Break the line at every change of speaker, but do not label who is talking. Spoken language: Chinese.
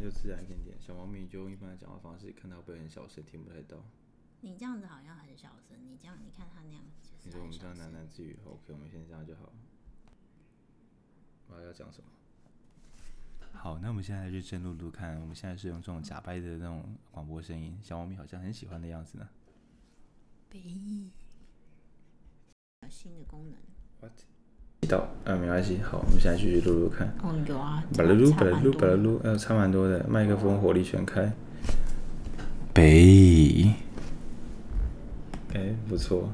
就自然一点点。小猫咪就用一般的讲话方式，看到会很小声，听不太到。
你这样子好像很小声，你这样你看他那样子就是
你说我们这样喃
很小声。
喃自语，OK，我们先这样就好了。我要讲什么？好，那我们现在就真录录看。我们现在是用这种假掰的那种广播声音，小猫咪好像很喜欢的样子呢。
有新的功能
What？到，啊，没关系。好，我们现在继续录录看。
哦，有啊，
巴拉噜
差
巴拉
蛮
噜
多
巴拉
的
噜，呃，差蛮多的。麦克风火力全开。北。哎，不错。